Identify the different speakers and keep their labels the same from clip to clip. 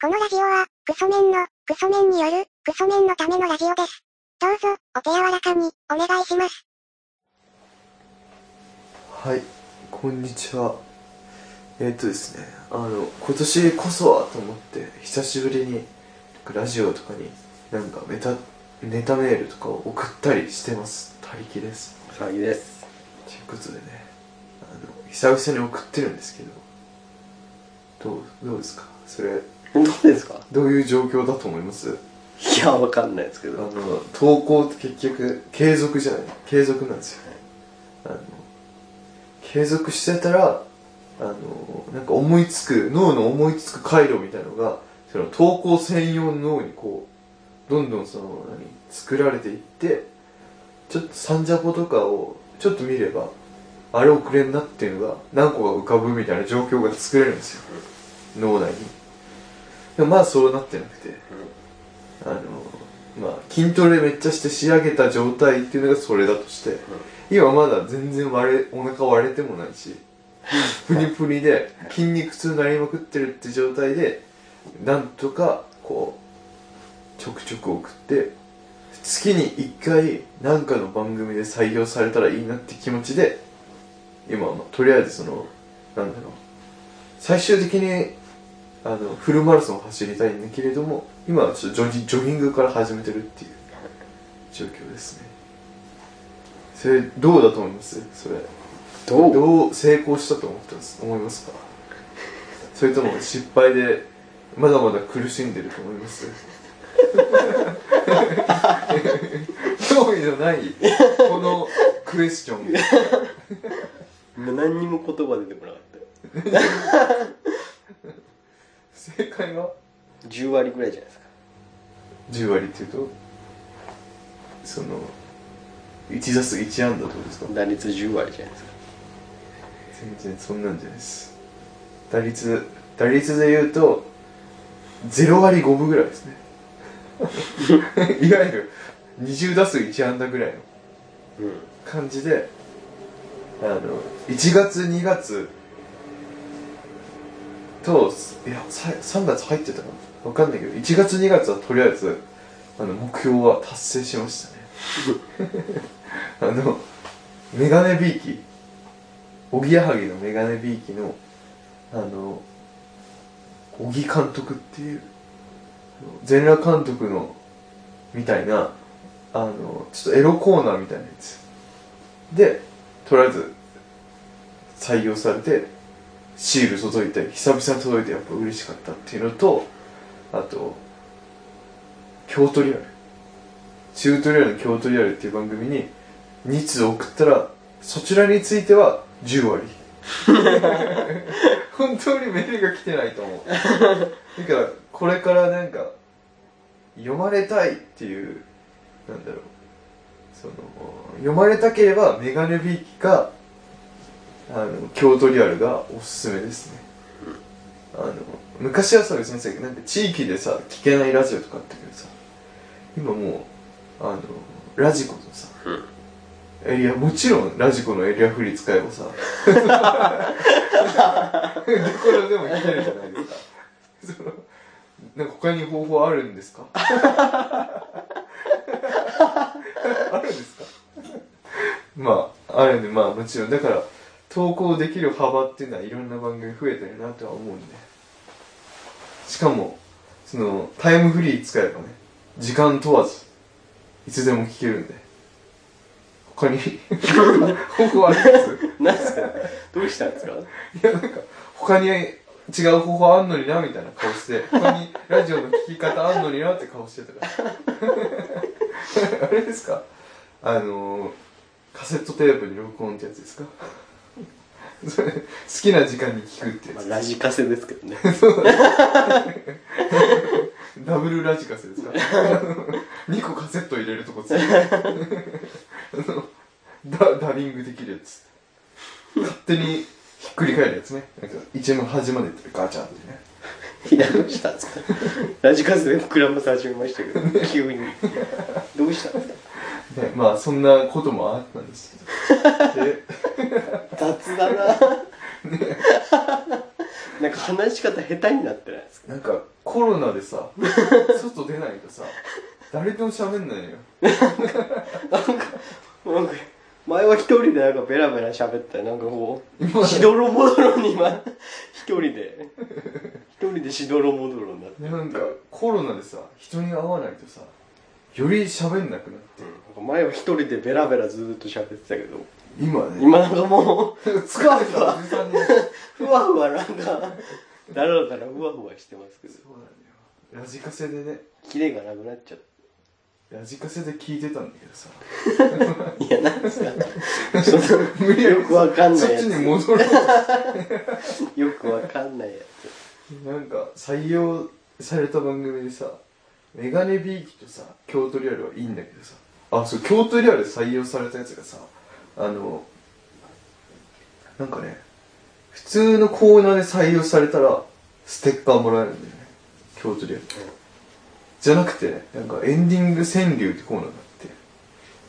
Speaker 1: このラジオは、クソメンの、クソメンによる、クソメンのためのラジオです。どうぞ、お手柔らかに、お願いします。
Speaker 2: はい、こんにちは。えーっとですね、あの、今年こそはと思って、久しぶりに、ラジオとかに、なんかメタ、ネタメールとかを送ったりしてます。他力です。
Speaker 3: さぎです
Speaker 2: ということでね、あの、久々に送ってるんですけど、どう、どうですかそれ、
Speaker 3: どうですか
Speaker 2: どういう状況だと思います
Speaker 3: いやわかんないですけ
Speaker 2: あ
Speaker 3: ど
Speaker 2: の、投稿って結局、継続じゃない継続なんですよ。あの継続してたらあのなんか思いつく脳の思いつく回路みたいのがその投稿専用の脳にこうどんどんその何作られていってちょっとサンジャポとかをちょっと見ればあれ遅れんなっていうのが何個が浮かぶみたいな状況が作れるんですよ脳内にでもまあそうなってなくてあのまあ筋トレめっちゃして仕上げた状態っていうのがそれだとして、今まだ全然割れお腹割れてもない しプニプニで筋肉痛になりまくってるって状態でなんとかこうちょくちょく送って月に1回何かの番組で採用されたらいいなって気持ちで今はまあとりあえずそのなんだろう最終的にあのフルマラソンを走りたいんだけれども今はちょっとジョギジョギングから始めてるっていう状況ですねそれどうだと思いますそれ
Speaker 3: どう
Speaker 2: どう成功したと思ってます思いますかそれとも失敗でまだまだ苦しんでると思います 興味のないこのクエスチョン
Speaker 3: 何にも言葉出てこなかったよ
Speaker 2: 正解は
Speaker 3: 10割ぐらいじゃないですか
Speaker 2: 10割っていうとその1打数1安打ってことですか
Speaker 3: 打率10割じゃないですか
Speaker 2: 全然そんなんじゃないです打率打率で言うと0割5分ぐらいですねいわゆる20打数1安打ぐらいの
Speaker 3: うん
Speaker 2: 感じであの1月2月といやさ3月入ってたかなわかんないけど1月2月はとりあえずあの目標は達成しま したねあのメガネビーキおぎやはぎのメガネビーキのあの小木監督っていうあの全裸監督のみたいなあのちょっとエロコーナーみたいなやつでとりあえず採用されてシール届いて久々に届いてやっぱ嬉しかったっていうのとあと京都リアルチュートリアルの京都リアルっていう番組に2通送ったらそちらについては10割 本当にメールが来てないと 思うだからこれからなんか読まれたいっていうなんだろうその読まれたければメガネビーキかあの京都リアルがおすすめですねあの昔はさ別にさなんか地域でさ聞けないラジオとかあったけどさ今もうあのラジコのさ、エリアもちろんラジコのエリアフリー使えばさどこれでも聞けるじゃないですかそのなんか他に方法あるんです かあるんですかまああるんでまあもちろんだから投稿できる幅っていうのはいろんな番組増えてるなとは思うんでしかもそのタイムフリー使えばね時間問わずいつでも聞けるんで他に方法あります
Speaker 3: 何ですかどうしたんですか
Speaker 2: いやなんか他に違う方法あんのになみたいな顔して他にラジオの聞き方あんのになって顔してたからあれですかあのー、カセットテープに録音ってやつですかそれ好きな時間に聞くってや
Speaker 3: まあ
Speaker 2: つ、
Speaker 3: ラジカセですけどね
Speaker 2: ダブルラジカセですか2個カセット入れるとこついてるあのダダリングできるやつ勝手にひっくり返るやつねなんか一番端までやってガチャンってね
Speaker 3: いやどうしたんですかラジカセで膨らませ始めましたけど急にどうしたんです
Speaker 2: ね、まあそんなこともあったんですけどで
Speaker 3: か雑だ ななんか話し方下手になってないですか
Speaker 2: なんか言コロナでさ外出ないとさ誰とも喋んないよ
Speaker 3: なんか前は一人でなんかベラベラ喋ってなんかこうしどろもどろに今一人で一人でしどろもどろになって、
Speaker 2: でなんかコロナでさ人に会わないとさより喋んなくなって
Speaker 3: なんか前は一人でベラベラずーっと喋ってたけど
Speaker 2: 今ね
Speaker 3: 今なんかもう
Speaker 2: 疲れたおじさんにそう
Speaker 3: ふわふわなんかだらだらふわふわしてますけど
Speaker 2: なんだよラジカセでね
Speaker 3: キレがなくなっちゃって
Speaker 2: ラジカセで聞いてたんだけどさ
Speaker 3: いやなんですかその
Speaker 2: 無理やり
Speaker 3: よくわかんない
Speaker 2: そっ
Speaker 3: や
Speaker 2: ちに
Speaker 3: つ
Speaker 2: 戻ろう
Speaker 3: よくわかんないやつ
Speaker 2: なんか採用された番組でさメガネビーキとさ京都リアルはいいんだけどさあそう京都リアルで採用されたやつがさあのなんかね普通のコーナーで採用されたらステッカーもらえるんだよね京都リアル、じゃなくてねなんかエンディング川柳ってコーナーがあって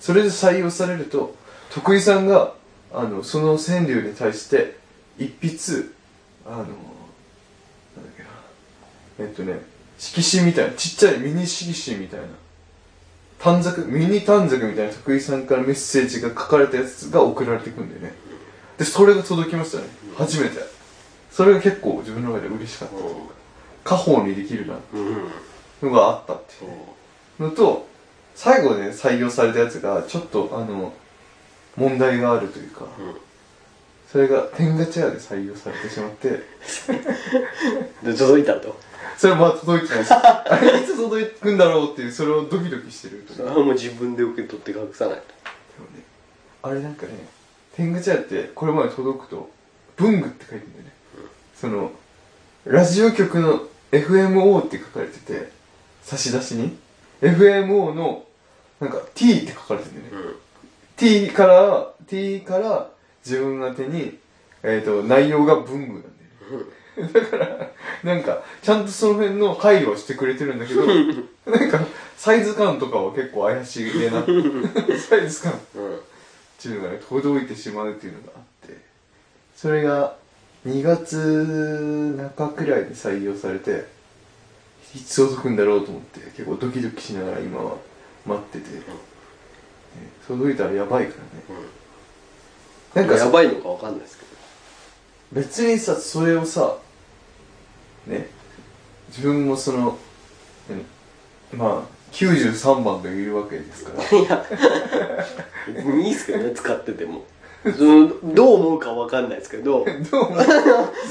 Speaker 2: それで採用されると徳井さんがあのその川柳に対して一筆あのなんだっけなえっとね色紙みたいなちっちゃいミニ色紙みたいな短冊ミニ短冊みたいな徳井さんからメッセージが書かれたやつが送られてくんだよねでそれが届きましたね初めてそれが結構自分の中で嬉しかったというか家宝にできるなって
Speaker 3: うん、う
Speaker 2: の
Speaker 3: ん、
Speaker 2: があったって
Speaker 3: そ
Speaker 2: いううのと最後ね採用されたやつがちょっとあの問題があるというか、
Speaker 3: ん
Speaker 2: それが天ガチェアで採用されてしまって
Speaker 3: で届いたと
Speaker 2: それまだ届いてないですあれいつ届くんだろうっていうそれをドキドキしてると
Speaker 3: そ
Speaker 2: か
Speaker 3: れはもう自分で受け取って隠さ
Speaker 2: でも
Speaker 3: ないと
Speaker 2: ねあれなんかね天狗茶屋ってこれまで届くと文具って書いてんだよね、そのラジオ局の FMO って書かれてて差し出しに FMO のなんか T って書かれてんだよね、
Speaker 3: うん
Speaker 2: T から T から自分宛てにえっ、と内容が文具なんだよねなんか、ちゃんとその辺の配慮をしてくれてるんだ けど、なんか、サイズ感とかは結構怪しげな、 サイズ感っ
Speaker 3: うん、うん
Speaker 2: ていうのがね、届いてしまうっていうのがあって、それが、2月中くらいで採用されて、いつ届くんだろうと思って、結構ドキドキしながら今は待ってて、ね届いたらやばいからね。なんかさ
Speaker 3: やばいのかわかんないですけ
Speaker 2: 別にさそれをさね自分もその何まあ93番がいるわけですから
Speaker 3: どいや別にいいっすけどね使っててもそのどう思うかわかんないですけど
Speaker 2: どうも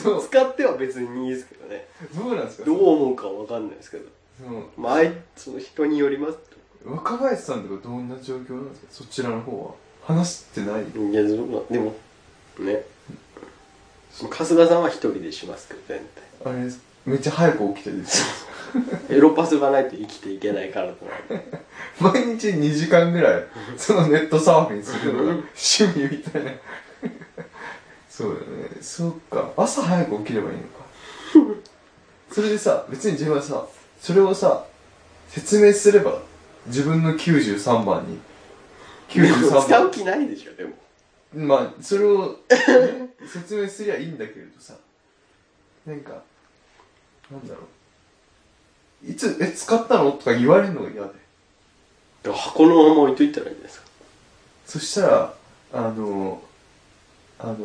Speaker 2: そう
Speaker 3: 使っては別にいいですけどね
Speaker 2: どうなんですか
Speaker 3: どう思うかわかんないですけど
Speaker 2: その
Speaker 3: まああいその人によります
Speaker 2: 若林さんとかどんな状況なんですかそちらの方は話してない
Speaker 3: といやそんなでもね春日さんは一人でしますけど全
Speaker 2: あれめっちゃ早く起きてるんですよ
Speaker 3: 体エロパスがないと生きていけないから となんで
Speaker 2: 毎日2時間ぐらいそのネットサーフィンするのが趣味みたいなそうだねそうか朝早く起きればいいのかそれでさ別に自分はさそれをさ説明すれば自分の93番に93番
Speaker 3: 使う気ないでしょでも
Speaker 2: まあそれを、ね説明すりゃいいんだけれどさなんかなんだろういつ「え使ったの?」とか言われるのが嫌で
Speaker 3: だから箱のまま置いといたらいいんじゃないですか
Speaker 2: そしたらあのあのなん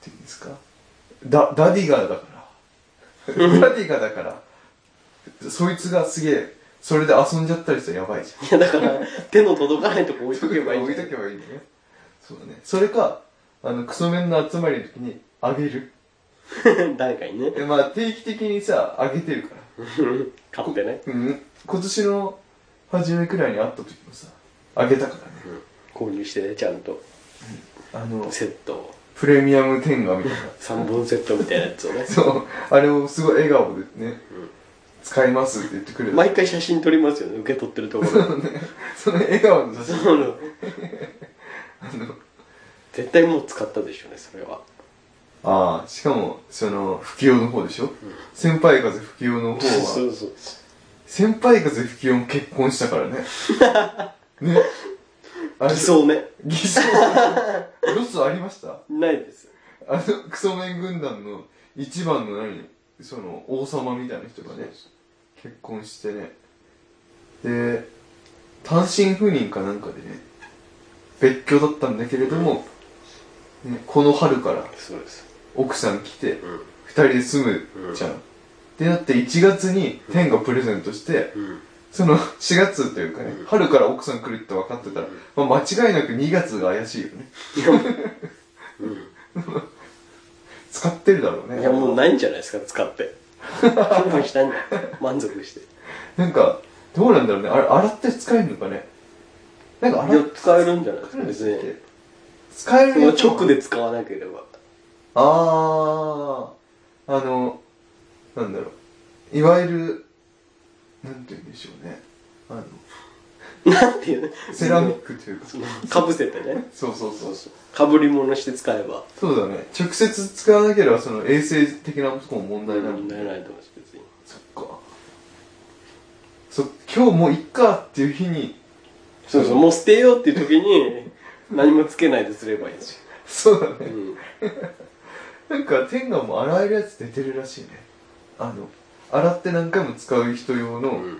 Speaker 2: ていうんですかダダディガーだから ダディガーだからそいつがすげえそれで遊んじゃったりしたらやばいじゃん
Speaker 3: いやだから手の届かないとこ置いとけばいいん
Speaker 2: 置
Speaker 3: じ
Speaker 2: い
Speaker 3: ゃな
Speaker 2: と
Speaker 3: い
Speaker 2: けばいいねそうだねそれかあのクソメンの集まりの時にあげる
Speaker 3: 誰かにね
Speaker 2: えまあ定期的にさあげてるから
Speaker 3: 買ってね
Speaker 2: うん今年の初めくらいに会った時もさあげたからね
Speaker 3: 購入してねちゃんと
Speaker 2: あの
Speaker 3: セットを
Speaker 2: プレミアム天下みたいな
Speaker 3: 3本セットみたいなやつをね
Speaker 2: そう、あれをすごい笑顔でね、使いますって言ってくれた。
Speaker 3: 毎回写真撮りますよね受け取ってるところ
Speaker 2: その笑顔の写真、
Speaker 3: そうなの
Speaker 2: あの、
Speaker 3: 絶対もう使ったでしょうねそれは
Speaker 2: ああ、しかも、その、不器用の方でしょ、先輩風不器用の方
Speaker 3: そ
Speaker 2: は、
Speaker 3: うそう
Speaker 2: 先輩風不器用も結婚した からね。ね。あれ
Speaker 3: 偽装ね
Speaker 2: 偽装。 ロスありました
Speaker 3: ないです
Speaker 2: あの、クソメン軍団の一番の何その王様みたいな人がね結婚してねで単身赴任かなんかでね別居だったんだけれども、ね、この春から
Speaker 3: そうです
Speaker 2: 奥さん来て
Speaker 3: うん
Speaker 2: 二人で住むじゃん、でだって1月に天がプレゼントして
Speaker 3: うん
Speaker 2: その4月というかね、
Speaker 3: うん
Speaker 2: 春から奥さん来るって分かってたら、まあ、間違いなく2月が怪しいよね
Speaker 3: う
Speaker 2: 使ってるだろうね
Speaker 3: んいやもうないんじゃないですか使って処分したんじゃない満足して
Speaker 2: なんかどうなんだろうねあれ洗って使えるのかねなんか
Speaker 3: い
Speaker 2: 洗っ
Speaker 3: や
Speaker 2: て
Speaker 3: 使えるんじゃないです
Speaker 2: 使えるんだっ
Speaker 3: か別に
Speaker 2: け使え
Speaker 3: そ
Speaker 2: るや
Speaker 3: の
Speaker 2: つ
Speaker 3: 直で使わなければ
Speaker 2: あああのなんだろういわゆるなんて言うんでしょうねあの
Speaker 3: なんていうの
Speaker 2: セラミックというか
Speaker 3: そのかぶせてね
Speaker 2: そうそうそう
Speaker 3: かぶり物して使えば
Speaker 2: そうだね直接使わなければその衛生的なことも問題なの
Speaker 3: 問
Speaker 2: で、
Speaker 3: 題ないと思います別に
Speaker 2: そっかそ今日もういっかっていう日に
Speaker 3: そうそうもう捨てようっていう時に何もつけないですればいいんですよ
Speaker 2: そうだね、
Speaker 3: うん
Speaker 2: なんか天下も洗えるやつ出てるらしいねあの洗って何回も使う人用の、
Speaker 3: うん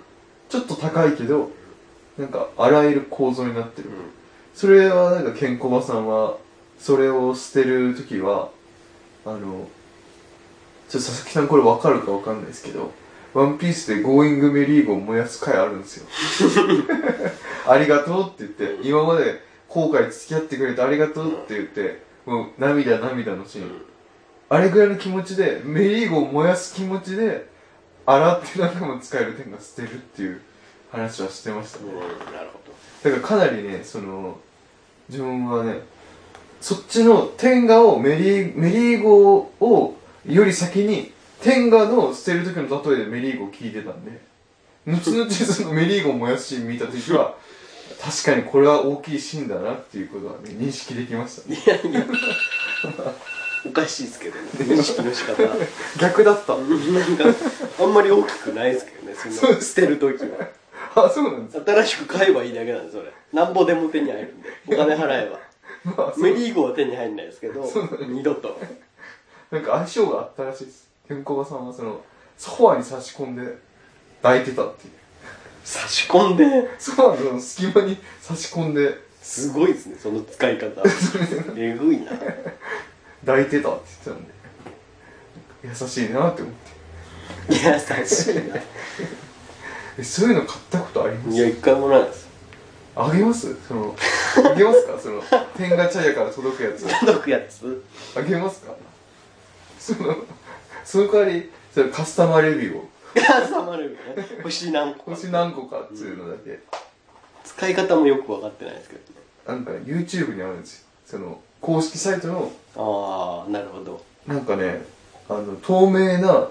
Speaker 2: ちょっと高いけどなんか洗える構造になってる、それはなんかケンコバさんはそれを捨てる時はあのちょっと佐々木さんこれわかるかわかんないですけどワンピースでゴーイングメリーゴを燃やす回あるんですよ ありがとうって言って今まで後悔付き合ってくれてありがとうって言ってもう涙涙のシーン、
Speaker 3: うん
Speaker 2: あれぐらいの気持ちでメリーゴを燃やす気持ちで洗って何回も使える点が捨てるっていう話はしてましたね、
Speaker 3: うんなるほど
Speaker 2: だからかなりねその自分はねそっちの天下をメリーメリーゴをより先に天下の捨てる時の例えでメリーゴを聞いてたんで後々そのメリーゴを燃やすシーン見た時は確かにこれは大きいシーンだなっていうことはね認識できましたね
Speaker 3: いやいやおかしいですけどね認識の仕方なんか
Speaker 2: 逆だった
Speaker 3: あんまり大きくないですけどねそ
Speaker 2: そう
Speaker 3: の
Speaker 2: です
Speaker 3: 捨てる時は
Speaker 2: あそうなんです
Speaker 3: 新しく買えばいいだけなんですそれなんぼでも手に入るんでお金払えば
Speaker 2: まあそう
Speaker 3: メリーゴは手に入んないですけど
Speaker 2: そうだね
Speaker 3: 二度と
Speaker 2: なんか相性があったらしいですケンコバさんはそのソファに差し込んで抱いてたっていう
Speaker 3: 差し込んで
Speaker 2: ソファの隙間に差し込んです
Speaker 3: ごいですねその使い方えぐいな
Speaker 2: 抱いてたって言ってたんで優しいなって思って
Speaker 3: 優しいな
Speaker 2: えそういうの買ったことありま
Speaker 3: い
Speaker 2: す
Speaker 3: や一回もないです
Speaker 2: あげますそのあげますかその天下茶屋から届くやつ
Speaker 3: 届くやつ
Speaker 2: あげますかそのその代わりそれカスタマーレビューを
Speaker 3: 挟まるよね星何個か
Speaker 2: 星何個かっつうのだけ
Speaker 3: 使い方もよく分かってないですけどね
Speaker 2: なんか YouTube にあるんですよその公式サイトの
Speaker 3: ああなるほど
Speaker 2: なんかねあの透明な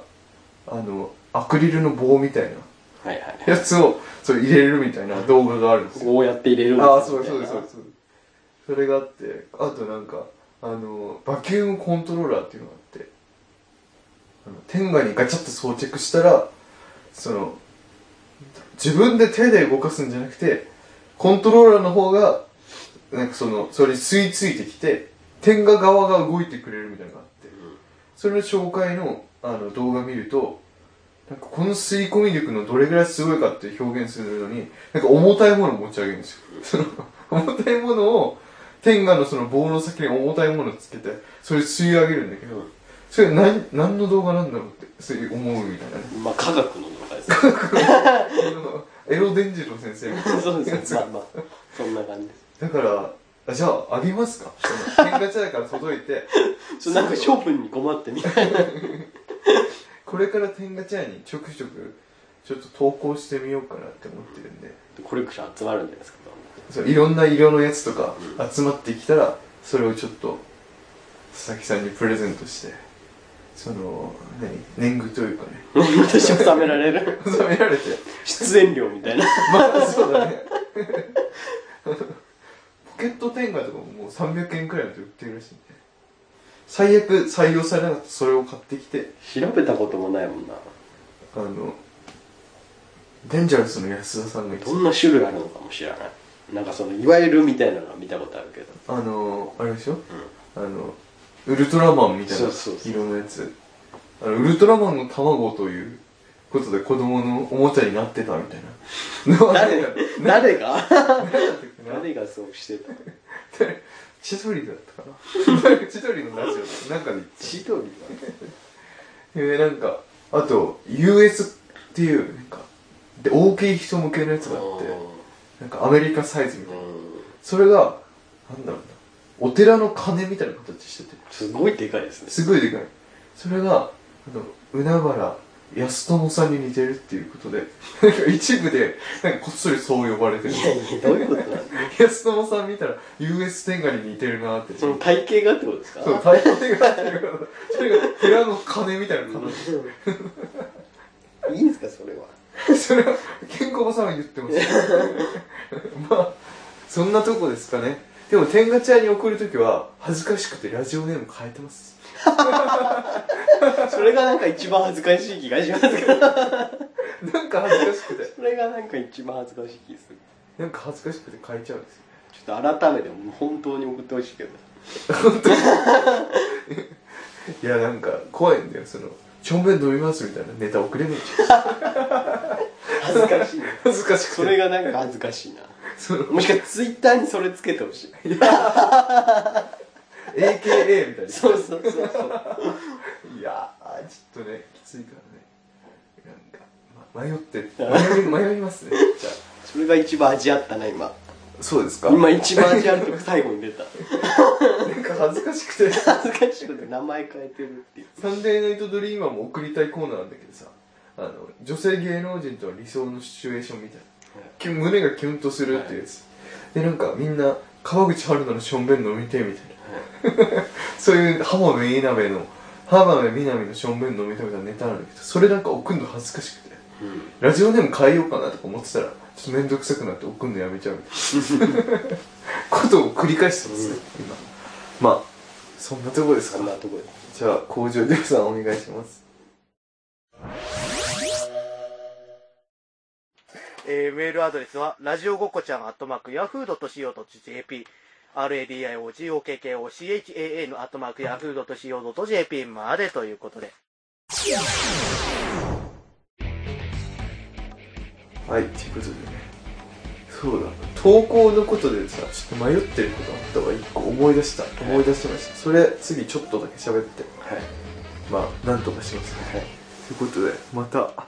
Speaker 2: あのアクリルの棒みたいな
Speaker 3: はいはい
Speaker 2: やつをそれ入れるみたいな動画があるんですよ
Speaker 3: こうやって入れるんです
Speaker 2: ああそうそう
Speaker 3: み
Speaker 2: です
Speaker 3: たい
Speaker 2: そ
Speaker 3: な
Speaker 2: うですそうですそれがあってあとなんかあのバキュームコントローラーっていうのがあってあの天下にガチャッと装着したらその自分で手で動かすんじゃなくてコントローラーの方がなんかそのそれに吸い付いてきて天下側が動いてくれるみたいなのがあってそれの紹介のあの動画見るとなんかこの吸い込み力のどれぐらいすごいかって表現するのになんか重たいものを持ち上げるんですよ その重たいものを天下のその棒の先に重たいものをつけてそれ吸い上げるんだけどそれ何何の動画なんだろうってそういう思うみたいなね
Speaker 3: まあ科学の動画です
Speaker 2: あのエロ伝次郎先生みたいな
Speaker 3: そうですねまあまあそんな感じで
Speaker 2: だからあじゃああげますかその天下茶屋から届いて
Speaker 3: すなんか処分に困ってみたいな
Speaker 2: これから天下茶屋にちょくちょくちょっと投稿してみようかなって思ってるんで
Speaker 3: コレクション集まるんじゃないですか
Speaker 2: そういろんな色のやつとか集まってきたらそれをちょっと佐々木さんにプレゼントしてその何年貢というかね
Speaker 3: 私収められる
Speaker 2: 収められて
Speaker 3: 出演料みたいな
Speaker 2: まあそうだねポケット天下とかももう300円くらいだと売ってるらしいんで最悪採用されなかったらそれを買ってきて
Speaker 3: 調べたこともないもんな
Speaker 2: あのデンジャラスの安田さんが言って
Speaker 3: どんな種類あるのかも知らないなんかそのいわゆるみたいなのは見たことあるけど
Speaker 2: たあのあれでしょ、あのウルトラマンみたいな
Speaker 3: そうそうそう
Speaker 2: 色のやつあのウルトラマンの卵ということで子供のおもちゃになってたみたいなのは
Speaker 3: 誰
Speaker 2: なんか
Speaker 3: 誰が
Speaker 2: な
Speaker 3: 誰がそうしてたの
Speaker 2: 誰千鳥だったかな千鳥のラジオの中で言って
Speaker 3: 千鳥が
Speaker 2: でなんかあと US っていうなんかで大きい人向けのやつがあってなんかアメリカサイズみたいなそれがなんだろうなお寺の鐘みたいな形してて
Speaker 3: すごいでかいですね
Speaker 2: すごいでかいそれがあの海原康友さんに似てるっていうことでなんか一部でなんかこっそりそう呼ばれてる
Speaker 3: いやい やどういうことなの
Speaker 2: 安友さん見たら US 天下に似てるなって
Speaker 3: そ
Speaker 2: そ
Speaker 3: の
Speaker 2: う
Speaker 3: 体型がってことですか
Speaker 2: 大抵がっていうからそれが寺の鐘みたいな形
Speaker 3: いいんですかそれは
Speaker 2: それは健康さんは言ってま したまあそんなとこですかねでも天下茶屋に送るときは恥ずかしくてラジオネーム変えてます
Speaker 3: それがなんか一番恥ずかしい気がしますけど
Speaker 2: なんか恥ずかしくて
Speaker 3: それがなんか一番恥ずかしい気がする
Speaker 2: なんか恥ずかしくて変えちゃうんですよ
Speaker 3: ちょっと改めてもう本当に送ってほしいけど
Speaker 2: いやなんか怖いんだよその「ちょんべん飲みます」みたいなネタ送れないじゃん
Speaker 3: 恥ずかしいな
Speaker 2: 恥ずかしくて
Speaker 3: それがなんか恥ずかしいな
Speaker 2: その
Speaker 3: もしかしてツイッターにそれつけてほしい
Speaker 2: AKA みたいな
Speaker 3: そうそうそうそ
Speaker 2: い
Speaker 3: う
Speaker 2: やーちょっとねきついからねなんか、ま、迷って る迷い迷いますねじゃ
Speaker 3: それが一番味あったな今
Speaker 2: あそうですか
Speaker 3: 今一番味あるとこ最後に出た
Speaker 2: なんか恥ずかしくて
Speaker 3: 恥ずかしくて名前変えてるっていう
Speaker 2: サンデーナイトドリーマーも送りたいコーナーなんだけどさあの女性芸能人との理想のシチュエーションみたいな、き胸がキュンとするっていうやつ、でなんかみんな川口春奈のしょんべん飲みてえみたいな、 そういう浜辺美波の浜辺美波のしょんべん飲みたいみたいなネタなんだけどそれなんか送るの恥ずかしくて
Speaker 3: うん
Speaker 2: ラジオネーム変えようかなとか思ってたらちょっと面倒くさくなって送るのやめちゃうみたいな ことを繰り返してますね、今まあそんなとこですか
Speaker 3: そ
Speaker 2: ね
Speaker 3: んなとこです
Speaker 2: じゃあ工場長さんお願いします
Speaker 4: えーメールアドレスは、ラジオごっこちゃん、アットマーク、ヤフー .co.jp、radiogokkocha のアットマーク、ヤフー .co.jp までということで。
Speaker 2: はいということでねそうだ投稿のことでさちょっと迷ってることあったわ一個思い出した
Speaker 3: い
Speaker 2: 思い出しましたそれ次ちょっとだけ喋って
Speaker 3: はい
Speaker 2: まあなんとかしますね
Speaker 3: はい
Speaker 2: ということでまた